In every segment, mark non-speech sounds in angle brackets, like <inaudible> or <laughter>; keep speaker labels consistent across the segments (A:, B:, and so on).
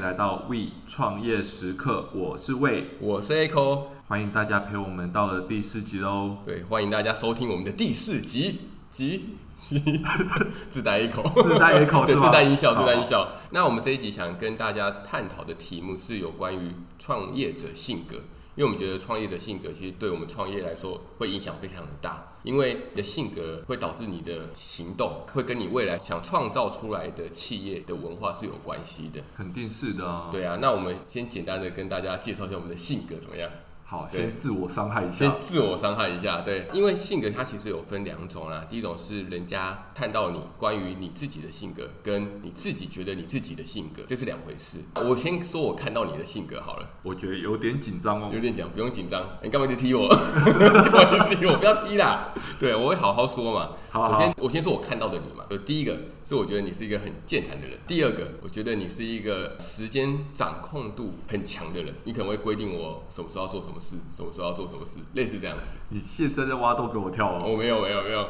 A: 来到 We 创业时刻，我是魏，
B: 我是 Echo，
A: 欢迎大家陪我们到了第四集喽。
B: 对，欢迎大家收听我们的第四集，集集 <laughs> 自带一口，
A: 自带一口
B: <laughs> 对，
A: 是吗
B: 自带音效，
A: 好
B: 自带音效。那我们这一集想跟大家探讨的题目是有关于创业者性格，因为我们觉得创业者性格其实对我们创业来说会影响非常的大，因为你的性格会导致你的行动会跟你未来想创造出来的企业的文化是有关系的。
A: 肯定是的、啊。，
B: 对啊，那我们先简单的跟大家介绍一下我们的性格怎么样？
A: 好，
B: 对
A: 先自我伤害一下
B: 先。自我伤害一下，对，因为性格它其实有分两种啦，第一种是人家看到你关于你自己的性格，跟你自己觉得你自己的性格，这是两回事。我先说我看到你的性格好了，
A: 我觉得有点紧张哦
B: 有。点讲，不用紧张，你干嘛一直踢我？ <laughs> 干嘛一直踢我？不要踢啦！对，我会好好说嘛。
A: 好好
B: 首先我先说我看到的你嘛，有第一个是我觉得你是一个很健谈的人，第二个我觉得你是一个时间掌控度很强的人，你可能会规定我什么时候要做什么事，什么时候要做什么事，类似这样子。
A: 你现在在挖洞给我跳哦。
B: 我没有没有没有，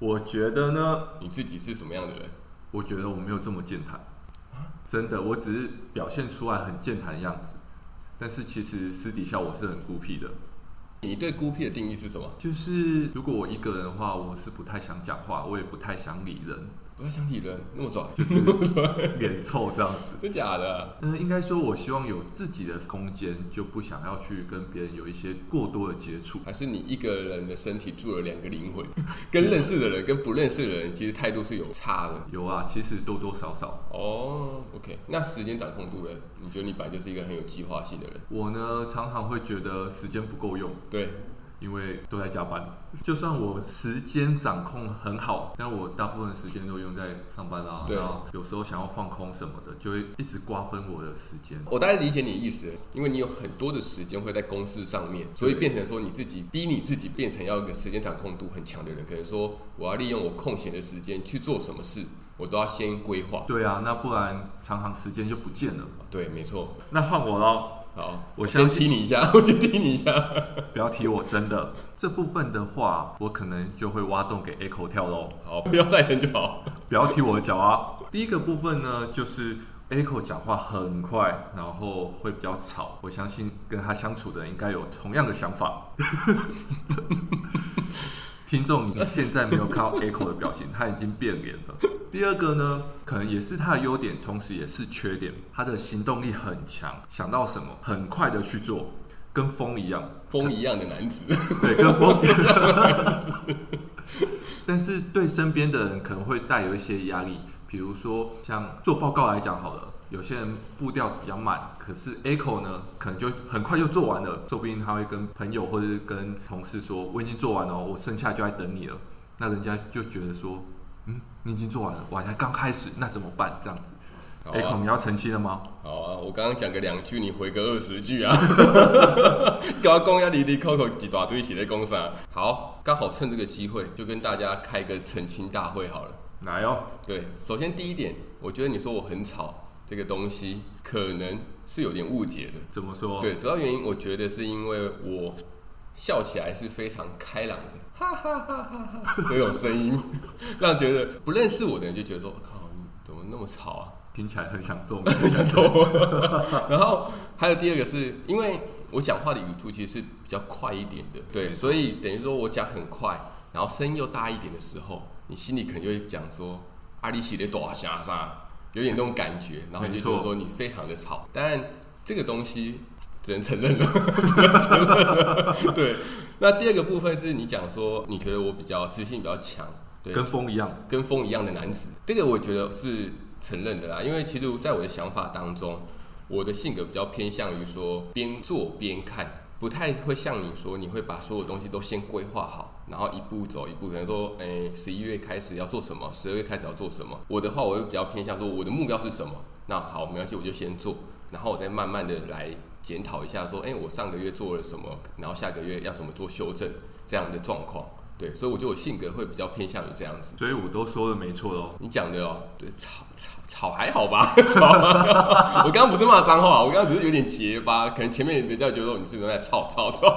A: 我觉得呢，
B: 你自己是什么样的人？
A: 我觉得我没有这么健谈，真的，我只是表现出来很健谈的样子，但是其实私底下我是很孤僻的。
B: 你对孤僻的定义是什么？
A: 就是如果我一个人的话，我是不太想讲话，我也不太想理人， <laughs>
B: 不太想理人，那么拽， <laughs> 就是那么拽，
A: 脸臭这样子。
B: 真假的？
A: 嗯，应该说，我希望有自己的空间，就不想要去跟别人有一些过多的接触。
B: 还是你一个人的身体住了两个灵魂？跟认识的人跟不认识的人，其实态度是有差的。
A: 有啊，其实多多少少，
B: 哦、o k 那时间掌控度呢？你觉得你本来就是一个很有计划性的人，
A: 我呢常常会觉得时间不够用，
B: 对，
A: 因为都在加班。就算我时间掌控很好，但我大部分时间都用在上班啦。
B: 对
A: 然后有时候想要放空什么的，就会一直瓜分我的时间。
B: 我大概理解你的意思，因为你有很多的时间会在公事上面，所以变成说你自己逼你自己变成要一个时间掌控度很强的人，可能说我要利用我空闲的时间去做什么事，我都要先规划。
A: 对啊，那不然常常时间就不见了。
B: 对，没错。
A: 那换我喽。
B: 好，
A: 我
B: 先
A: 相
B: 踢你一下，我先踢你一下。
A: 不要提我，真的。这部分的话，我可能就会挖洞给 Echo 跳喽。
B: 好，不要再扔就好。
A: 不要踢我的脚啊！第一个部分呢，就是 Echo 讲话很快，然后会比较吵。我相信跟他相处的人应该有同样的想法。 <laughs> 听众，你现在没有看到 Echo 的表情，他已经变脸了。第二个呢，可能也是他的优点，同时也是缺点。他的行动力很强，想到什么很快的去做，跟风一样。
B: 风一样的男子，
A: 对，跟风。 <laughs> 但是对身边的人可能会带有一些压力，比如说像做报告来讲好了，有些人步调比较慢，可是 Echo 呢，可能就很快就做完了，说不定他会跟朋友或者是跟同事说，我已经做完了哦，我剩下就在等你了。那人家就觉得说，嗯，你已经做完了，我还刚开始，那怎么办？这样子、
B: 好
A: e c h o
B: 啊，
A: 你要澄清了吗？
B: 好啊。我刚刚讲个两句，你回个二十句啊。 <laughs> 高公要离离扣扣几大堆起来攻啥？好，刚好趁这个机会，就跟大家开个澄清大会好了。
A: 来哦，
B: 对，首先第一点，我觉得你说我很吵这个东西，可能是有点误解的。
A: 怎么说？
B: 对，主要原因我觉得是因为我笑起来是非常开朗的，哈哈哈哈哈，这种声音 <laughs> 让觉得不认识我的人就觉得说，靠，你怎么那么吵啊？
A: 听起来很想揍你。
B: 想揍我。 <laughs> 然后还有第二个是因为我讲话的语速其实是比较快一点的，对，所以等于说我讲很快，然后声音又大一点的时候，你心里可能就会讲说啊阿里喜的多啥啥，啊有点那种感觉，然后你就觉得说你非常的吵，但这个东西只能承认了，只能承认了。对，那第二个部分是你讲说你觉得我比较自信比较强，对，
A: 跟风一样，
B: 跟风一样的男子，这个我觉得是承认的啦。因为其实，在我的想法当中，我的性格比较偏向于说边做边看，不太会像你说你会把所有东西都先规划好，然后一步走一步，可能说，诶十一月开始要做什么，十二月开始要做什么。我的话，我会比较偏向说我的目标是什么。那好，没关系，我就先做，然后我再慢慢的来检讨一下，说，诶，哎我上个月做了什么，然后下个月要怎么做修正这样的状况。对，所以我觉得我性格会比较偏向于这样子。
A: 所以我都说的没错喽。
B: 你讲的哦，对，吵吵吵还好吧， <laughs> 吵还好。我刚刚不是骂脏话，我刚刚只是有点结巴，可能前面人家觉得哦你是不是在吵吵吵，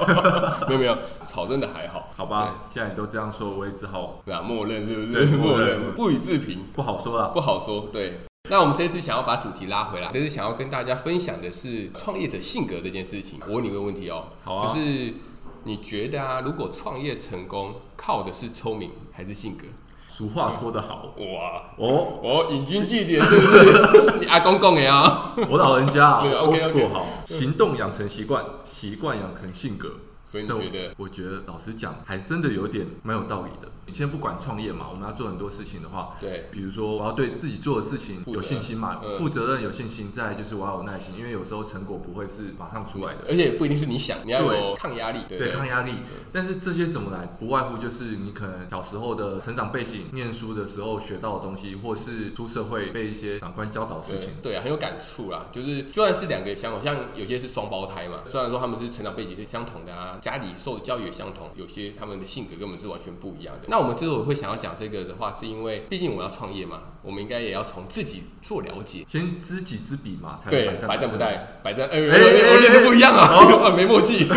B: 没有没有，吵真的还好，
A: 好吧，既然你都这样说，我也只好
B: 对吧？默认是不
A: 对
B: 是？
A: 默
B: 默
A: 认
B: 认，不予置评，
A: 不好说了。
B: 不好说。对，那我们这次想要把主题拉回来，这次想要跟大家分享的是创业者性格这件事情。我问你个问题哦，
A: 好啊
B: 就是你觉得啊，如果创业成功靠的是聪明还是性格？
A: 俗话说得好
B: 哇，
A: 哦，
B: 我引经据典是不是？你阿公讲的啊，
A: <laughs> 我老人
B: <laughs>
A: 家啊
B: 对
A: ，old
B: ，OK，OK
A: school 好，行动养成习惯，习惯养成性格。
B: 所以你
A: 但
B: 觉得？
A: 我觉得老实讲，还真的有点蛮有道理的。你先不管创业嘛，我们要做很多事情的话，
B: 对，
A: 比如说我要对自己做的事情
B: 负责
A: 有信心嘛，
B: 嗯
A: 负责任有信心，再来就是我要有耐心，因为有时候成果不会是马上出来的。
B: 而且不一定是你想，你要有抗压力，对不
A: 对
B: 对？
A: 抗压力。但是这些怎么来？不外乎就是你可能小时候的成长背景、念书的时候学到的东西，或是出社会被一些长官教导的事
B: 对
A: 情。
B: 对啊，很有感触啦。就是就算是两个想法，像有些是双胞胎嘛，虽然说他们是成长背景是相同的啊，家里受的教育也相同，有些他们的性格跟我们是完全不一样的。那我们之所以会想要讲这个的话，是因为毕竟我们要创业嘛，我们应该也要从自己做了解。
A: 先知己知彼嘛，才
B: 对
A: 能，
B: 白战不
A: 胜。
B: 带，白战，哎、
A: 哎哎
B: 我我脸都
A: 哎
B: 不一样啊， <laughs> 没
A: <laughs>
B: 默契，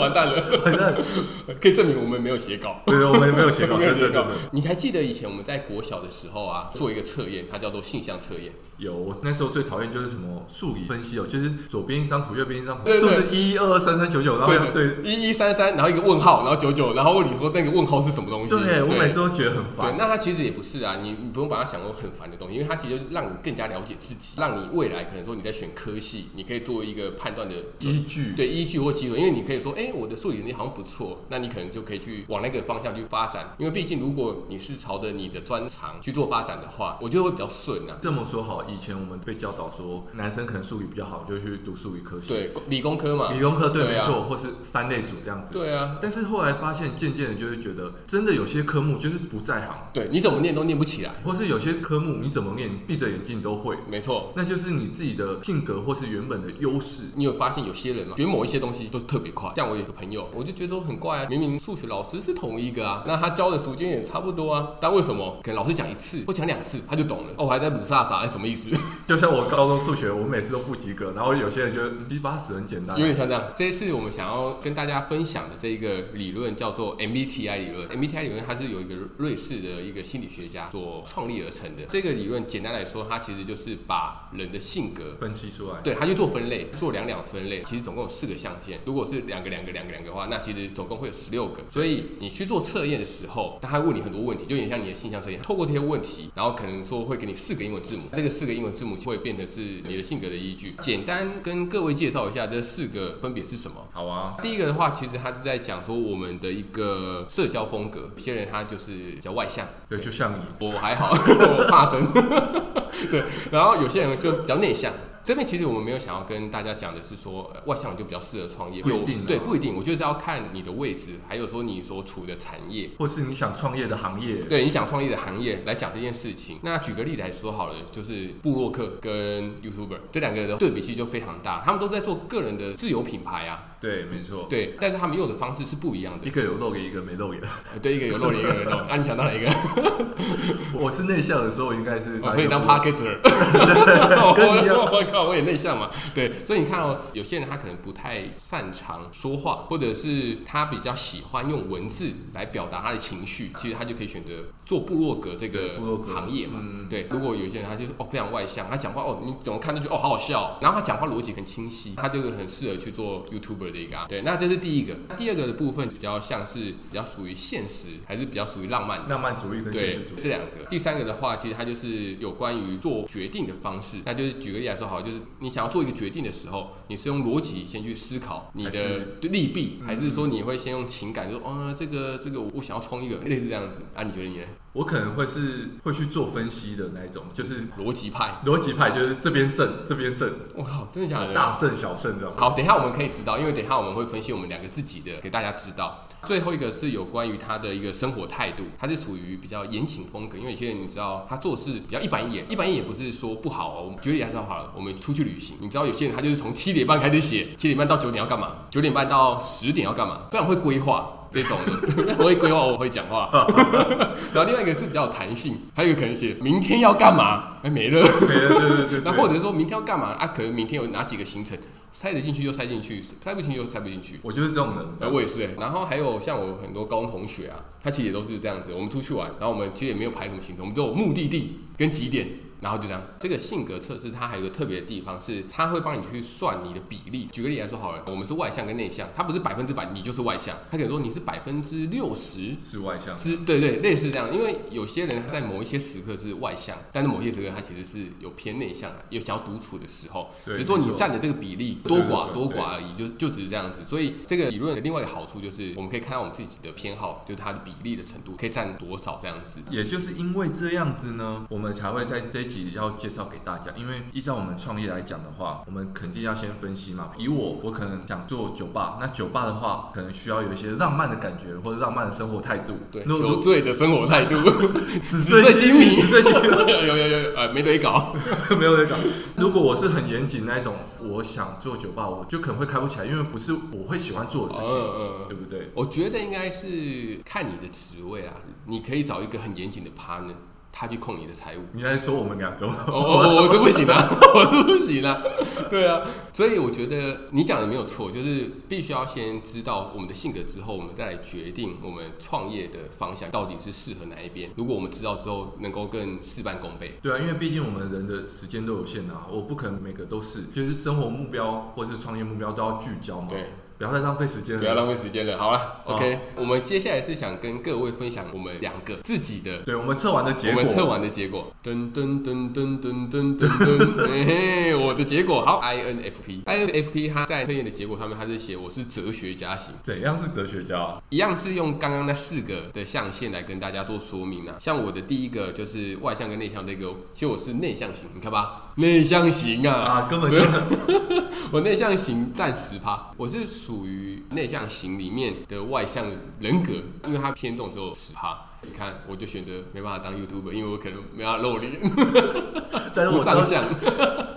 B: 完蛋了，
A: 反正
B: <laughs> 可以证明我们没有写稿。
A: <laughs> 对，我们没有写稿，
B: <laughs> 没有
A: 真的
B: 写
A: 真
B: 稿
A: 的。
B: 你还记得以前我们在国小的时候啊，做一个测验，它叫做性向测验。
A: 有，我那时候最讨厌就是什么数理分析哦，就是左边一张图，右边一张图，
B: 对
A: 数
B: 对
A: 字一二三三九九，然后
B: 对
A: 要对
B: 一一三三，然后一个问号，然后九九，然后问你说那个问号是什么东西？
A: 对，我每次都觉得很
B: 对，
A: 烦。
B: 那它其实也不是啊，你你不用把它想成很烦的东西，因为它其实就是让你更加了解自己，让你未来可能说你在选科系，你可以做一个判断的准
A: 依据
B: 对依据或基准，因为你可以说，哎、我的数理能力好像不错，那你可能就可以去往那个方向去发展，因为毕竟如果你是朝着你的专长去做发展的话，我觉得会比较顺啊。
A: 这么说好，以前我们被教导说，男生可能数理比较好，就去读数理科系。
B: 对，理工科嘛
A: 理，工科对
B: 对
A: 没
B: 啊
A: 错，或是三类组这样子。
B: 对啊，
A: 但是后来发现，渐渐的就会觉得，真的有些科目就是不在行，
B: 对，你怎么念都念不起来，
A: 或是有些科目你怎么念，闭着眼睛你都会，
B: 没错，
A: 那就是你自己的性格或是原本的优势。
B: 你有发现有些人嘛，学某一些东西都是特别快。像我有一个朋友，我就觉得很怪啊，明明数学老师是同一个啊，那他教的时间也差不多啊，但为什么可能老师讲一次或讲两次他就懂了？哦，我还在补啥啥，哎什么意思？
A: 就像我高中数学，我每次都不及格，然后有些人觉得七八十很简单
B: 有，点像这样。这一次我们想要跟大家分享的这一个理论叫做 MBTI 理论。MBTI 理论它是有一个瑞士的一个心理学家所创立而成的。这个理论简单来说，它其实就是把人的性格
A: 分析出来。
B: 对，他去做分类，做两两分类，其实总共有四个象限。如果是两个两个两个两个的话，那其实总共会有十六个。所以你去做测验的时候，他会问你很多问题，就有点像你的性向测验。透过这些问题，然后可能说会给你四个英文字母，这个四个英文字母会变成是你的性格的依据。简单跟各位介绍一下这四个分别是什么。
A: 好啊，
B: 第一个的话，其实他是在讲说我们的一个社交风格，有些人他就是比较外向，
A: 对，就像你，
B: 我还好， <laughs> 我怕生。对，然后有些人就比较内向。这边其实我们没有想要跟大家讲的是说，呃外向人就比较适合创业，
A: 不一
B: 有
A: 定啊
B: 对不一定，我觉得是要看你的位置，还有说你所处的产业，
A: 或是你想创业的行业，
B: 对你想创业的行业来讲这件事情。那举个例子来说好了，就是布洛克跟 YouTuber 这两个的对比性就非常大，他们都在做个人的自有品牌啊，
A: 对，没错，
B: 对，但是他们用的方式是不一样
A: <laughs>
B: 的
A: 一。个有露给，一个没露给。
B: 呃对，一个有露脸，一个有露，啊，你想到哪
A: 哎
B: 一个？
A: <laughs> 我是内向的时候，应该是
B: <laughs> 我可以当 p a r k e t e r
A: <laughs> 跟你一样
B: <laughs> 我我靠，我也内向嘛。对，所以你看哦，有些人他可能不太擅长说话，或者是他比较喜欢用文字来表达他的情绪，其实他就可以选择做部落格这个
A: 对部落格
B: 行业嘛。
A: 嗯
B: 对，如果有些人他就哦非常外向，他讲话哦你怎么看都觉得哦好好笑哦，然后他讲话逻辑很清晰，他就很适合去做 YouTuber 的一个、啊。对，那这是第一个。第二个的部分比较像是比较属于现实，还是比较属于浪漫的。
A: 浪漫主义跟现
B: 对
A: 实主，义。
B: 这两个。第三个的话，其实它就是有关于做决定的方式。那就是举个例来说，好了，就是你想要做一个决定的时候，你是用逻辑先去思考你
A: 还
B: 的
A: 是
B: 利弊，
A: 嗯
B: 还是说你会先用情感，就说，哦，这个这个我想要冲一个，类似这样子啊？你觉得你呢？
A: 我可能会是会去做分析的那一种，就是
B: 逻辑派？
A: 逻辑派，就是这边胜，这边胜，
B: 我靠，真的假的？
A: 大胜小胜这样。
B: 好，等一下我们可以知道，因为等一下我们会分析我们两个自己的，给大家知道。最后一个是有关于他的一个生活态度，他是属于比较严谨风格，因为有些人你知道他做事比较一板一眼，一板一眼不是说不好哦。我们举例来说好了，我们出去旅行，你知道有些人他就是从七点半开始写，七点半到九点要干嘛，九点半到十点要干嘛，非常会规划这种的， <laughs> 我会规划，我会讲话。 <laughs> 然后另外一个是比较有弹性，还有一个可能写明天要干嘛，哎没了。
A: 对对对对对。
B: 那或者说明天要干嘛啊？可能明天有哪几个行程，塞得进去就塞进去，塞不进去就塞不进去。
A: 我就是这种人，
B: 哎，我也是哎、然后还有像我很多高中同学啊，他其实也都是这样子。我们出去玩，然后我们其实也没有排什么行程，我们都有目的地跟几点。然后就这样。这个性格测试它还有个特别的地方是，它会帮你去算你的比例。举个例来说好了，我们是外向跟内向，它不是百分之百你就是外向，它可能说你是百分之六十
A: 是外向，
B: 之，对对，类似这样。因为有些人在某一些时刻是外向，但是某些时刻他其实是有偏内向的，有想要独处的时候，
A: 对
B: 只是说
A: 没
B: 你
A: 错
B: 占的这个比例
A: 对
B: 多
A: 对
B: 寡
A: 对
B: 多
A: 对
B: 寡而已，就就只是这样子。所以这个理论的另外一个好处就是，我们可以看到我们自己的偏好，就是它的比例的程度可以占多少这样子。
A: 也就是因为这样子呢，我们才会在这一集要介绍给大家。因为依照我们创业来讲的话，我们肯定要先分析嘛。以我，我可能想做酒吧，那酒吧的话，可能需要有一些浪漫的感觉或者浪漫的生活态度。
B: 对，
A: 如
B: 酒
A: 果
B: 醉的生活态度， <laughs>
A: 纸
B: 纸醉金迷
A: 纸醉金迷
B: 有有有有，呃，没得搞。
A: <laughs>
B: <laughs>
A: 没有那个。如果我是很严谨那一种，我想做酒吧，我就可能会开不起来，因为不是我会喜欢做的事
B: 嗯
A: 情，
B: 嗯。
A: 对不对？
B: 我觉得应该是看你的职位啊，你可以找一个很严谨的 partner，他去控你的财务。
A: 你在说我们两个吗？ <laughs>
B: <laughs> 哦哦，哦我是不行啊， <laughs> 我是不行啊，对啊，所以我觉得你讲的没有错，就是必须要先知道我们的性格之后，我们再来决定我们创业的方向到底是适合哪一边。如果我们知道之后，能够更事半功倍。
A: 对啊，因为毕竟我们人的时间都有限啊，我不可能每个都是，就是生活目标或是创业目标都要聚焦嘛。
B: 对，
A: 不要再浪费时间了。
B: 不要浪费时间了，好了
A: 好
B: ，OK，我们接下来是想跟各位分享我们两个自己的
A: 对我们测完的结
B: 我
A: 果，
B: 们测完的结果，噔噔噔噔噔噔噔噔， <laughs> 嘿嘿，我的结果好，INFP，INFP 它在测验的结果上面，它是写我是哲学家型，
A: 怎样是哲学家啊？
B: 一样是用刚刚那四个的象限来跟大家做说明啊。像我的第一个就是外向跟内向这个，其实我是内向型，你看吧，内向型啊，
A: 啊根本就
B: 我内向型占十趴，我是属于内向型里面的外向人格，因为它偏重只有十趴。你看，我就选择没办法当 YouTuber，因为我可能没办法露脸，
A: <laughs> 但是
B: 不
A: 我
B: 上
A: 知道
B: 相。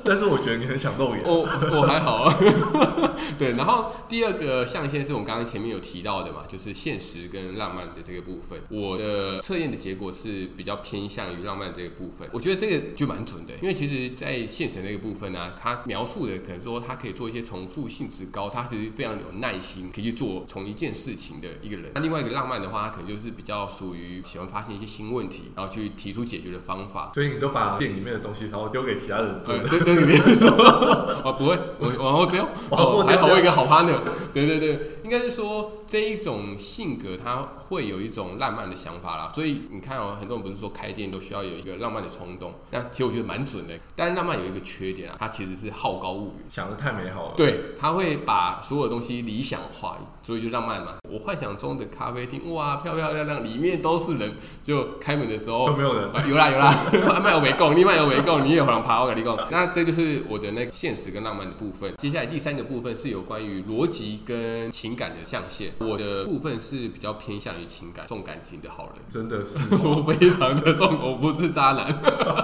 A: 但是我觉得你很想露脸。
B: 我我哦还好啊， <laughs> 对。然后第二个象限是我们刚刚前面有提到的嘛，就是现实跟浪漫的这个部分。我的测验的结果是比较偏向于浪漫这个部分，我觉得这个就蛮准的，因为其实在现实那个部分呢、啊，它描述的可能说它可以做一些重复性质高，它其实非常有耐心，可以去做同一件事情的一个人。那另外一个浪漫的话，它可能就是比较属于喜欢发现一些新问题，然后去提出解决的方法，
A: 所以你都把店里面的东西，然后丢给其他人做
B: 呃，，对对，你别说， <laughs> 啊，不会，我往后丢，
A: <laughs> 往后
B: 哦，
A: 丢
B: 还好我有一个好 partner，对对对，应该是说这一种性格，他会有一种浪漫的想法啦，所以你看哦，很多人不是说开店都需要有一个浪漫的冲动，那其实我觉得蛮准的，但是浪漫有一个缺点啊，它其实是好高骛远。
A: 想的太美好了。
B: 对，他会把所有东西理想化，所以就浪漫嘛。我幻想中的咖啡厅，哇，漂漂亮亮，里面都是人。就开门的时候
A: 都，没有人。
B: <laughs> 啊有啦有啦，卖有没供，你卖有没供，你也有人爬，我跟你讲。那这就是我的那个现实跟浪漫的部分。接下来第三个部分是有关于逻辑跟情感的象限。我的部分是比较偏向于情感，重感情的好人。
A: 真的是
B: <laughs> 我非常的重，我不是渣男， <laughs>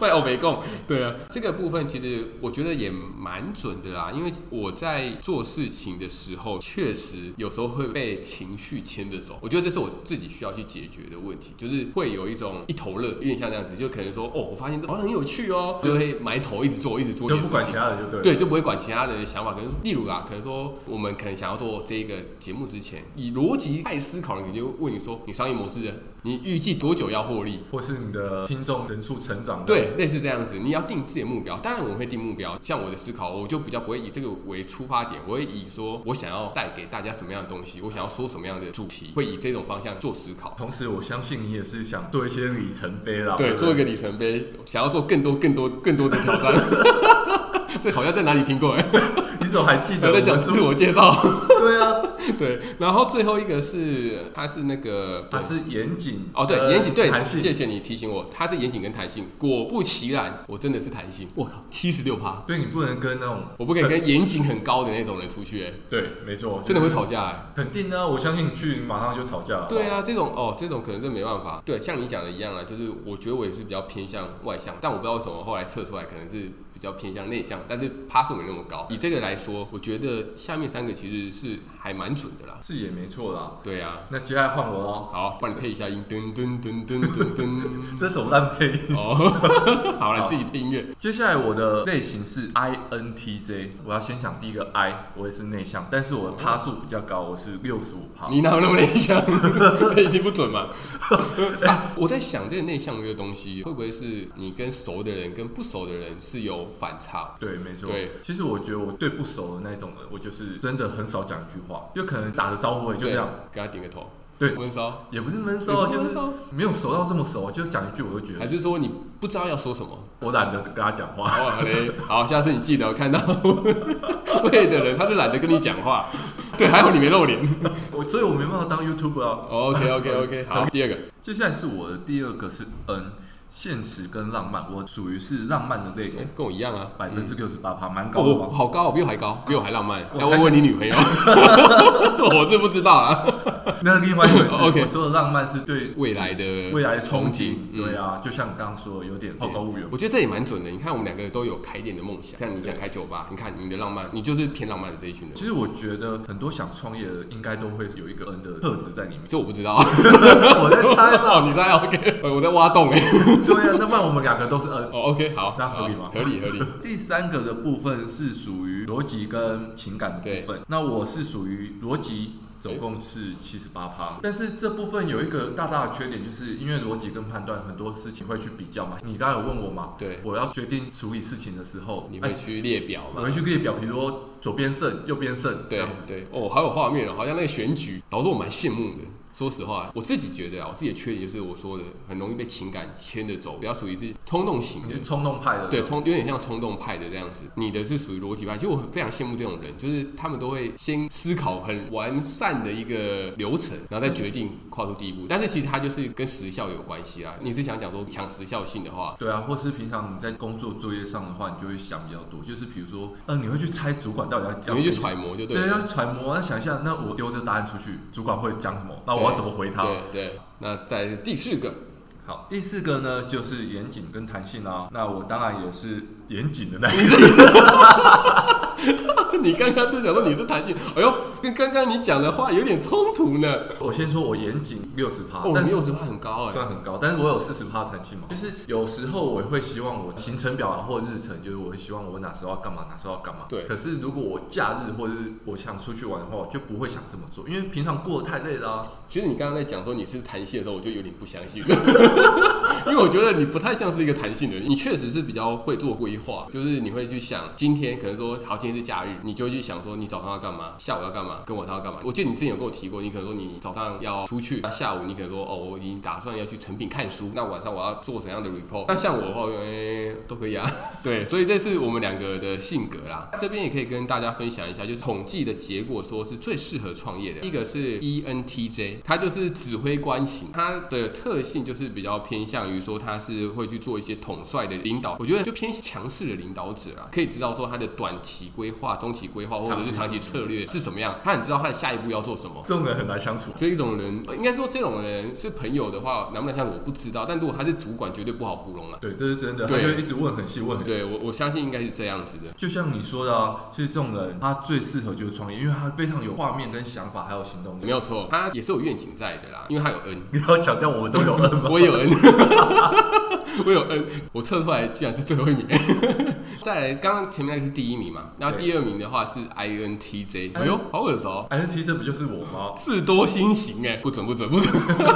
B: 卖欧美共，对啊，这个部分其实我觉得也蛮准的啦，因为我在做事情的时候，确实有时候会被情绪牵着走，我觉得这是我自己需要去解决的问题，就是会有一种一头热，有点像这样子，就可能说哦，我发现好像很有趣哦，就会埋头一直做，一直做，
A: 都
B: 一直
A: 不
B: 做
A: 管其他人就对了。
B: 对，就不会管其他人的想法。可能例如啦，可能说我们可能想要做这一个节目之前，以逻辑派思考的人，可能就会问你说，你商业模式，你预计多久要获利？
A: 或是你的听众人数成长，，
B: 对，类似这样子，你要定自己的目标。当然，我们会定目标。像我的思考，我就比较不会以这个为出发点，我会以说我想要带给大家什么样的东西，我想要说什么样的主题，会以这种方向做思考。
A: 同时我相信你也是想做一些里程碑啦，
B: 对，
A: 不
B: 做一个里程碑，想要做更多、更多、更多的挑 <laughs> 战。这好像在哪里听过、欸？ <laughs>
A: 你怎么还记得
B: 我在讲
A: 们
B: 自我介绍。
A: <laughs> 对啊，
B: <laughs> 对，然后最后一个是，它是那个，
A: 它是严谨呃
B: 哦，对，严谨，对，
A: 弹
B: 谢
A: 性，
B: 谢你提醒我，它是严谨跟弹性。果不其然，我真的是弹性，我靠，七十六趴，
A: 对你不能跟那种
B: 我不可以跟严谨很高的那种人出
A: <laughs>
B: 去、欸，
A: 对，没错，
B: 真的会，吵架、欸。
A: 肯定呢，我相信你去马上就吵架了，
B: 对，啊，这种哦，这种可能真没办法。对，像你讲的一样啊，就是我觉得我也是比较偏向外向，但我不知道为什么后来测出来可能是比较偏向内向，但是趴数没那么高。以这个来说，我觉得下面三个其实是还蛮蛮准的啦。
A: 是也没错啦。
B: 对啊，
A: 那接下来换我喽，
B: 好，帮你配一下音，噔噔噔噔
A: <laughs>
B: 噔噔。
A: 这首烂配音。
B: 哦， <laughs> 好了，你自己配音乐。
A: 接下来我的类型是 INTJ，我要先讲第一个 I，我也是内向，但是我的趴数比较高，我是六十五趴。
B: 你哪有那么内向？ <laughs> 他一定不准嘛。啊，我在想这个内向这个东西，会不会是你跟熟的人跟不熟的人是有反差？
A: 对，没错。
B: 对，
A: 其实我觉得我对不熟的那种人，我就是真的很少讲一句话，就可能打个招呼而已，就这样，
B: 对，给他点个头。
A: 对
B: 温骚，
A: 也不是闷骚啊，
B: 也不
A: 就是是没有熟到这么熟啊，就是讲一句我就觉
B: 还
A: 得
B: 是说你不知道要说什么？
A: 我懒得跟他讲话。 <laughs>
B: 哦，好嘞，好，下次你记得哦看到 <laughs> 会的人，他就懒得跟你讲话。对，还好你没露脸。
A: 我所以，我没办法当 YouTuber 啊。
B: OK OK OK，好，第二个，
A: 接下来是我的第二个是 N，现实跟浪漫，我属于是浪漫的类
B: 哎
A: 型，
B: 跟我一样啊，
A: 百分之六十八趴，蛮高的
B: 哦，
A: 吧？
B: 好高、哦，比我还高，比我还浪漫。
A: 我
B: 要
A: 才
B: 问问你女朋
A: <laughs>
B: 友， <laughs> 我是不知道啊。
A: 那另外一
B: <laughs>
A: 回事，
B: 哦 OK 嗯
A: 我说的浪漫是对
B: 未来的
A: 未来的憧
B: 憬嗯
A: 憬，，对啊，就像你刚刚说的，有点好高骛远
B: 我。觉得这也蛮准的。你看，我们两个都有开店的梦想，像你想开酒吧，你看你的浪漫，你就是偏浪漫的这一群人
A: 其。实我觉得很多想创业的，应该都会有一个 N 的特质在里面。 <laughs>
B: 这我不知道，哦
A: 我在猜
B: <laughs>
A: 啦，
B: 你在 OK，我 <laughs> 在挖洞哎。
A: 对啊，那么我们两个都是 N。
B: 哦，OK，好，
A: 那合理
B: 好
A: 吗哎
B: 合理合理。
A: <laughs> 第三个的部分是属于逻辑跟情感的部分，那我是属于逻辑。总共是七十八趴，但是这部分有一个大大的缺点，就是因为逻辑跟判断很多事情会去比较嘛。你刚才有问我嘛，
B: 对
A: 我要决定处理事情的时候，
B: 你
A: 哎
B: 会去列表
A: 我
B: 吗？
A: 回去列表，比如说左边胜，右边胜，嗯这
B: 对
A: 样子。
B: 对，哦，好有画面哦，好像那个选举，老实说我蛮羡慕的。说实话，我自己觉得啊，我自己的缺点就是我说的，很容易被情感牵着走，比较属于是冲动型
A: 你
B: 的
A: 是。冲动派的，
B: 对，冲有点像冲动派的这样子，你的是属于逻辑派，其实我很非常羡慕这种人，就是他们都会先思考很完善的一个流程，然后再决定跨出第一步。但是其实它就是跟时效有关系啦。你是想讲说抢时效性的话，
A: 对啊，或是平常你在工作作业上的话，你就会想比较多，就是比如说，嗯、你会去猜主管到底要
B: 你
A: 讲，
B: 会去揣摩就对
A: 对，
B: 了。
A: 要揣摩，那想一下，那我丢这答案出去，主管会讲什么？那我要怎么回他？
B: 对对，那再来是第四个， <laughs>
A: 好，第四个呢，就是严谨跟弹性啦、那我当然也是严谨的那一
B: <laughs> 你刚刚就想说你是弹性，哎呦，跟刚刚你讲的话有点冲突呢。
A: 个。我先说我严谨六十趴，
B: 哦，
A: 但
B: 你
A: 是
B: 有十趴很高哎、
A: 算很高，但是我有四十趴弹性嘛。就是有时候我会希望我行程表啊或日程，就是我会希望我哪时候要干嘛，哪时候要干嘛。
B: 对
A: 可是如果我假日或者是我想出去玩的话，我就不会想这么做，因为平常过得太累啊啦、
B: 其实你刚刚在讲说你是弹性的时候，我就有点不相信， <laughs> 因为我觉得你不太像是一个弹性的人，你确实是比较会做规划，就是你会去想今天可能说好今天是假日，你就会去想说你早上要干嘛，下午要干嘛，跟晚上要干嘛。我记得你之前有跟我提过，你可能说你早上要出去，那下午你可能说哦我已经打算要去成品看书，那晚上我要做怎样的 report？那像我的话，哎都可以啊。对，所以这是我们两个的性格啦。这边也可以跟大家分享一下，就是统计的结果说是最适合创业的。一个是 E ENTJ，他就是指挥官型，他的特性就是比较偏向于说他是会去做一些统帅的领导，我觉得就偏强势的领导者啦，可以知道说他的短期规划、中期规划或者是长期策略是什么样，他很知道他的下一步要做什么。
A: 这种人很难相处。
B: 这一种人，呃应该说这种人是朋友的话，难不难相处我不知道，但如果他是主管，绝对不好糊弄了。
A: 对，这是真的，他
B: 对
A: 就一直问很细问很细。
B: 对我，我相信应该是这样子的。
A: 就像你说的、啊，其实这种人他最适合就是创业，因为他非常有画面跟想法，还有行动力。
B: 没有错，他也是有愿景在的啦，因为他有 N，
A: 你要强调我们都有恩吗？
B: 我也有 N，我有 N，我测出来居然是最后一名。 <laughs> 再来，刚刚前面那个是第一名嘛，然后第二名的话是 INTJ，哎呦，好耳熟哦，
A: <laughs> 哎，T 这不就是我吗？
B: 智多星型哎，不准不准不准。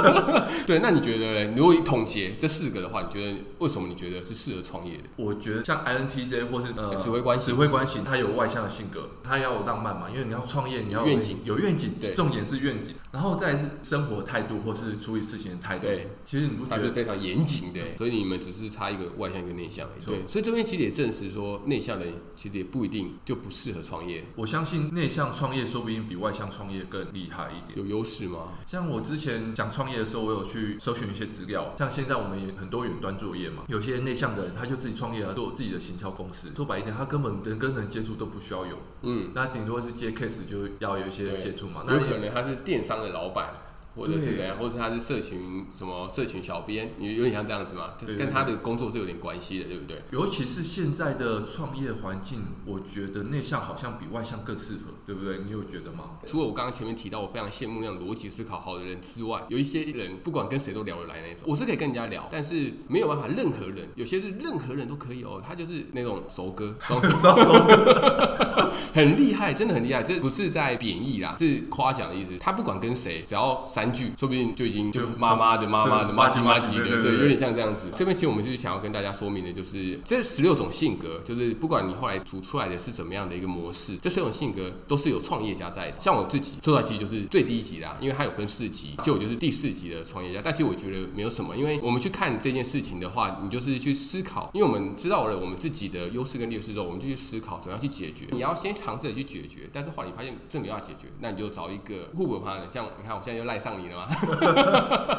B: <laughs> 对，那你觉得嘞，如果统结这四个的话，你觉得为什么你觉得是适合创业的？
A: 我觉得像 INTJ 或是呃
B: 指挥官型
A: 指挥官型，他有外向的性格，他要有浪漫嘛，因为你要创业，你要有
B: 愿景，
A: 有愿景，
B: 对
A: 重点是愿景，然后再来是生活态度或是处理事情的态度。
B: 对，
A: 其实你不觉
B: 他是
A: 得？
B: 非常严谨的，所以你们只是差一个外向一个内向而已。
A: 错
B: 对，所以这边其实也证实说，内向人其实也不一定就不适合创业，
A: 我相信内向创业说不定比外向创业更厉害一点。
B: 有优势吗？
A: 像我之前讲创业的时候，我有去搜寻一些资料，像现在我们也很多远端作业嘛，有些内向的人他就自己创业啊，做自己的行销公司。说白一点，他根本人跟人接触都不需要有，
B: 嗯。
A: 那顶多是接 case 就要有一些
B: 对
A: 接触嘛。那
B: 有
A: 你
B: 可能他是电商的老板，或者是怎样，或者他是社群什么社群小编，你有点像这样子嘛，就
A: 对对
B: 跟他的工作是有点关系的，对不对？
A: 尤其是现在的创业环境，我觉得内向好像比外向更适合，对不对？你有觉得
B: <laughs>
A: 吗？
B: 除了我刚刚前面提到我非常羡慕那种逻辑思考好的人之外，有一些人不管跟谁都聊得来那种，我是可以跟人家聊，但是没有办法任何人，有些是任何人都可以哦，他就是那种熟哥，
A: <laughs>
B: 双手很厉害，真的很厉害，这不是在贬义啦，是夸奖的意思。他不管跟谁，只要三句，说不定就已经就
A: 就
B: 妈妈的妈妈的
A: 对
B: 妈鸡妈
A: 妈
B: 鸡
A: 鸡
B: 的，
A: 对对
B: 对，
A: 对
B: 有点像这样子。这边其实我们就是想要跟大家说明的，就是这十六种性格，就是不管你后来组出来的是怎么样的一个模式，这十六种性格都是有创业家在的。像我自己做到其实就是最低级啦，因为它有分四级，其实我就是第四级的创业家，但其实我觉得没有什么，因为我们去看这件事情的话，你就是去思考，因为我们知道了我们自己的优势跟劣势之后，我们就去思考怎么样去解决。
A: 嗯
B: 你要先尝试的去解决，但是后来你发现这没办法解决，那你就找一个互补的 partner，像你看我现在就赖上你了嘛，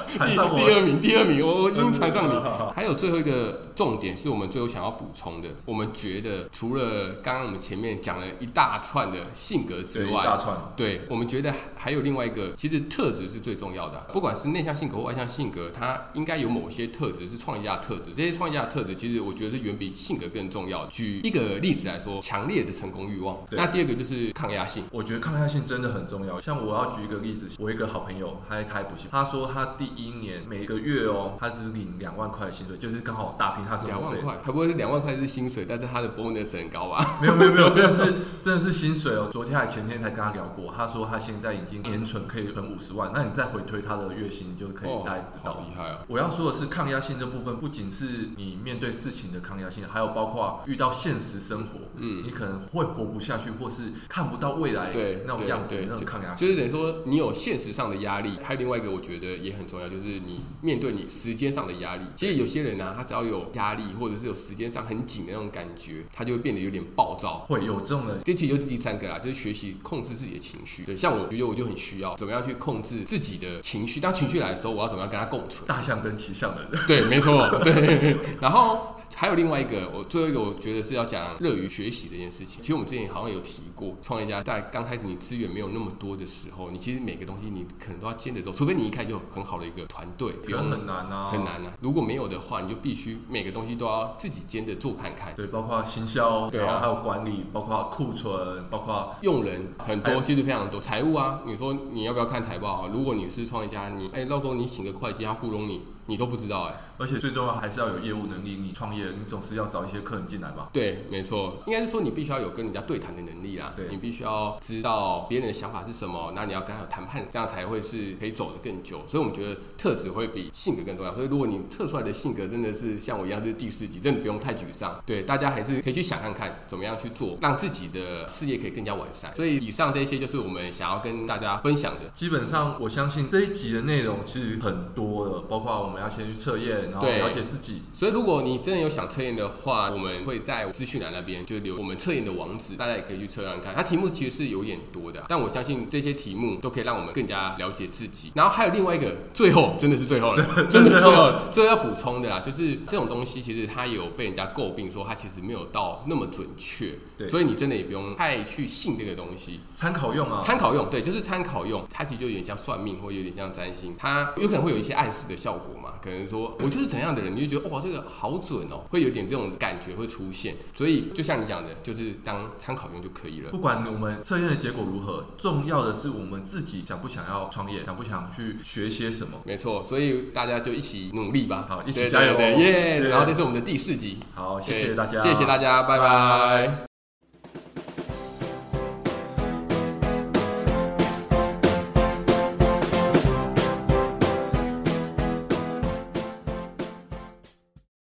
A: 缠
B: 第
A: 上
B: 第
A: 我，呃
B: 二名，第二名，我我已经传上
A: 好好
B: 你。还有最后一个重点是我们最后想要补充的，我们觉得除了刚刚我们前面讲了一大串的性格之
A: 对，一
B: 外
A: 大，串，
B: 对我们觉得还有另外一个，其实特质是最重要
A: 嗯
B: 的啊、不管是内向性格或外向性格，它应该有某些特质是创业家的特质。这些创业家的特质，其实我觉得是远比性格更重要的。举一个例子来说，强烈的成功欲望。
A: 对
B: 那第二个就是抗压性。
A: 我觉得抗压性真的很重要。像我要举一个例子，我一个好朋友，他在开补习，他说他第一年每个月哦，他只领两万块的薪水，就是刚好打平他生
B: 两
A: 活
B: 万
A: 费。
B: 块，还不会是两万块是薪水，但是他的 bonus 很高啊吧？
A: 没有没有没有，真的是 <laughs> 真的是薪水哦。昨天还前天才跟他聊过，他说他现在已经年存可以存五十万，那你再回推他的月薪，你就可以
B: 哦
A: 大概知道。
B: 好厉害哦！
A: 我要说的是，抗压性这部分不仅是你面对事情的抗压性，还有包括遇到现实生活，
B: 嗯
A: 你可能会活不下去，或是看不到未来
B: 对，
A: 那种
B: 对
A: 样子
B: 对，
A: 那种
B: 就
A: 抗压性。
B: 就是等于说你有现实上的压力，还有另外一个我觉得也很重要，就是你面对你时间上的压力。其实有些人啊，他只要有压力或者是有时间上很紧的那种感觉，他就会变得有点暴躁。
A: 会有这种人，
B: 这其实就是第三个啦，就是学习控制自己的情绪。对，像我觉得我就很需要怎么样去控制自己的情绪。当情绪来的时候，我要怎么样跟他共存？
A: 大象跟骑象的人，
B: 对，没错，对。然后还有另外一个，我最后一个我觉得是要讲乐于学习的一件事情。其实我们之前好像有提过，创业家在刚开始你资源没有那么多的时候，你其实每个东西你可能都要兼得走，除非你一开始就有很好的一个团队，比如
A: 人很难啊，
B: 很。难啊。如果没有的话，你就必须每个东西都要自己兼着做看看。
A: 对，包括行销，
B: 对啊
A: 然后还有管理，包括库存，包括
B: 用人很
A: 还
B: 多，
A: 有
B: 其实非常多。财务啊，你说你要不要看财报啊？如果你是创业家，你哎，到时候你请个会计，他糊弄你，你都不知道哎、
A: 而且最重要还是要有业务能力。你创业，你总是要找一些客人进来吧？
B: 对，没错，应该是说你必须要有跟人家对谈的能力啦，
A: 对
B: 你必须要知道别人的想法是什么，那你要跟他有谈判，这样才会是可以走得更久。所以我们觉得特质会比性格更重要。所以如果你测出来的性格真的是像我一样是第四级，真的不用太沮丧。对，大家还是可以去想看看怎么样去做，让自己的事业可以更加完善。所以以上这些就是我们想要跟大家分享的。
A: 基本上，我相信这一集的内容其实很多了，包括我们要先去测验，然后
B: 对
A: 了解自己。
B: 所以，如果你真的有想测验的话，我们会在资讯栏那边就留我们测验的网址，大家也可以去测量看。它题目其实是有点多的啊，但我相信这些题目都可以让我们更加了解自己。然后还有另外一个，最后 <laughs> 真的是最后了，真的是最后了，最后要补充的啦，就是这种东西其实它有被人家诟病说它其实没有到那么准确，
A: 对
B: 所以你真的也不用太去信这个东西。
A: 参考用啊，
B: 参考用，对，就是参考用，它其实就有点像算命，或有点像占星，它有可能会有一些暗示的效果嘛，可能说我就是怎样的人，你就觉得哇，这个好准哦，会有点这种感觉会出现，所以就像你讲的，就是当参考用就可以了。
A: 不管我们测验的结果如何，重要的是我们自己想不想要创业，想不想去学些什么。
B: 没错，所以大家就一起努力吧，
A: 好一起
B: 对
A: 加油哦
B: 对对耶！
A: 对
B: 然后这是我们的第四集，
A: 好，谢谢大家，
B: 谢谢大家，拜拜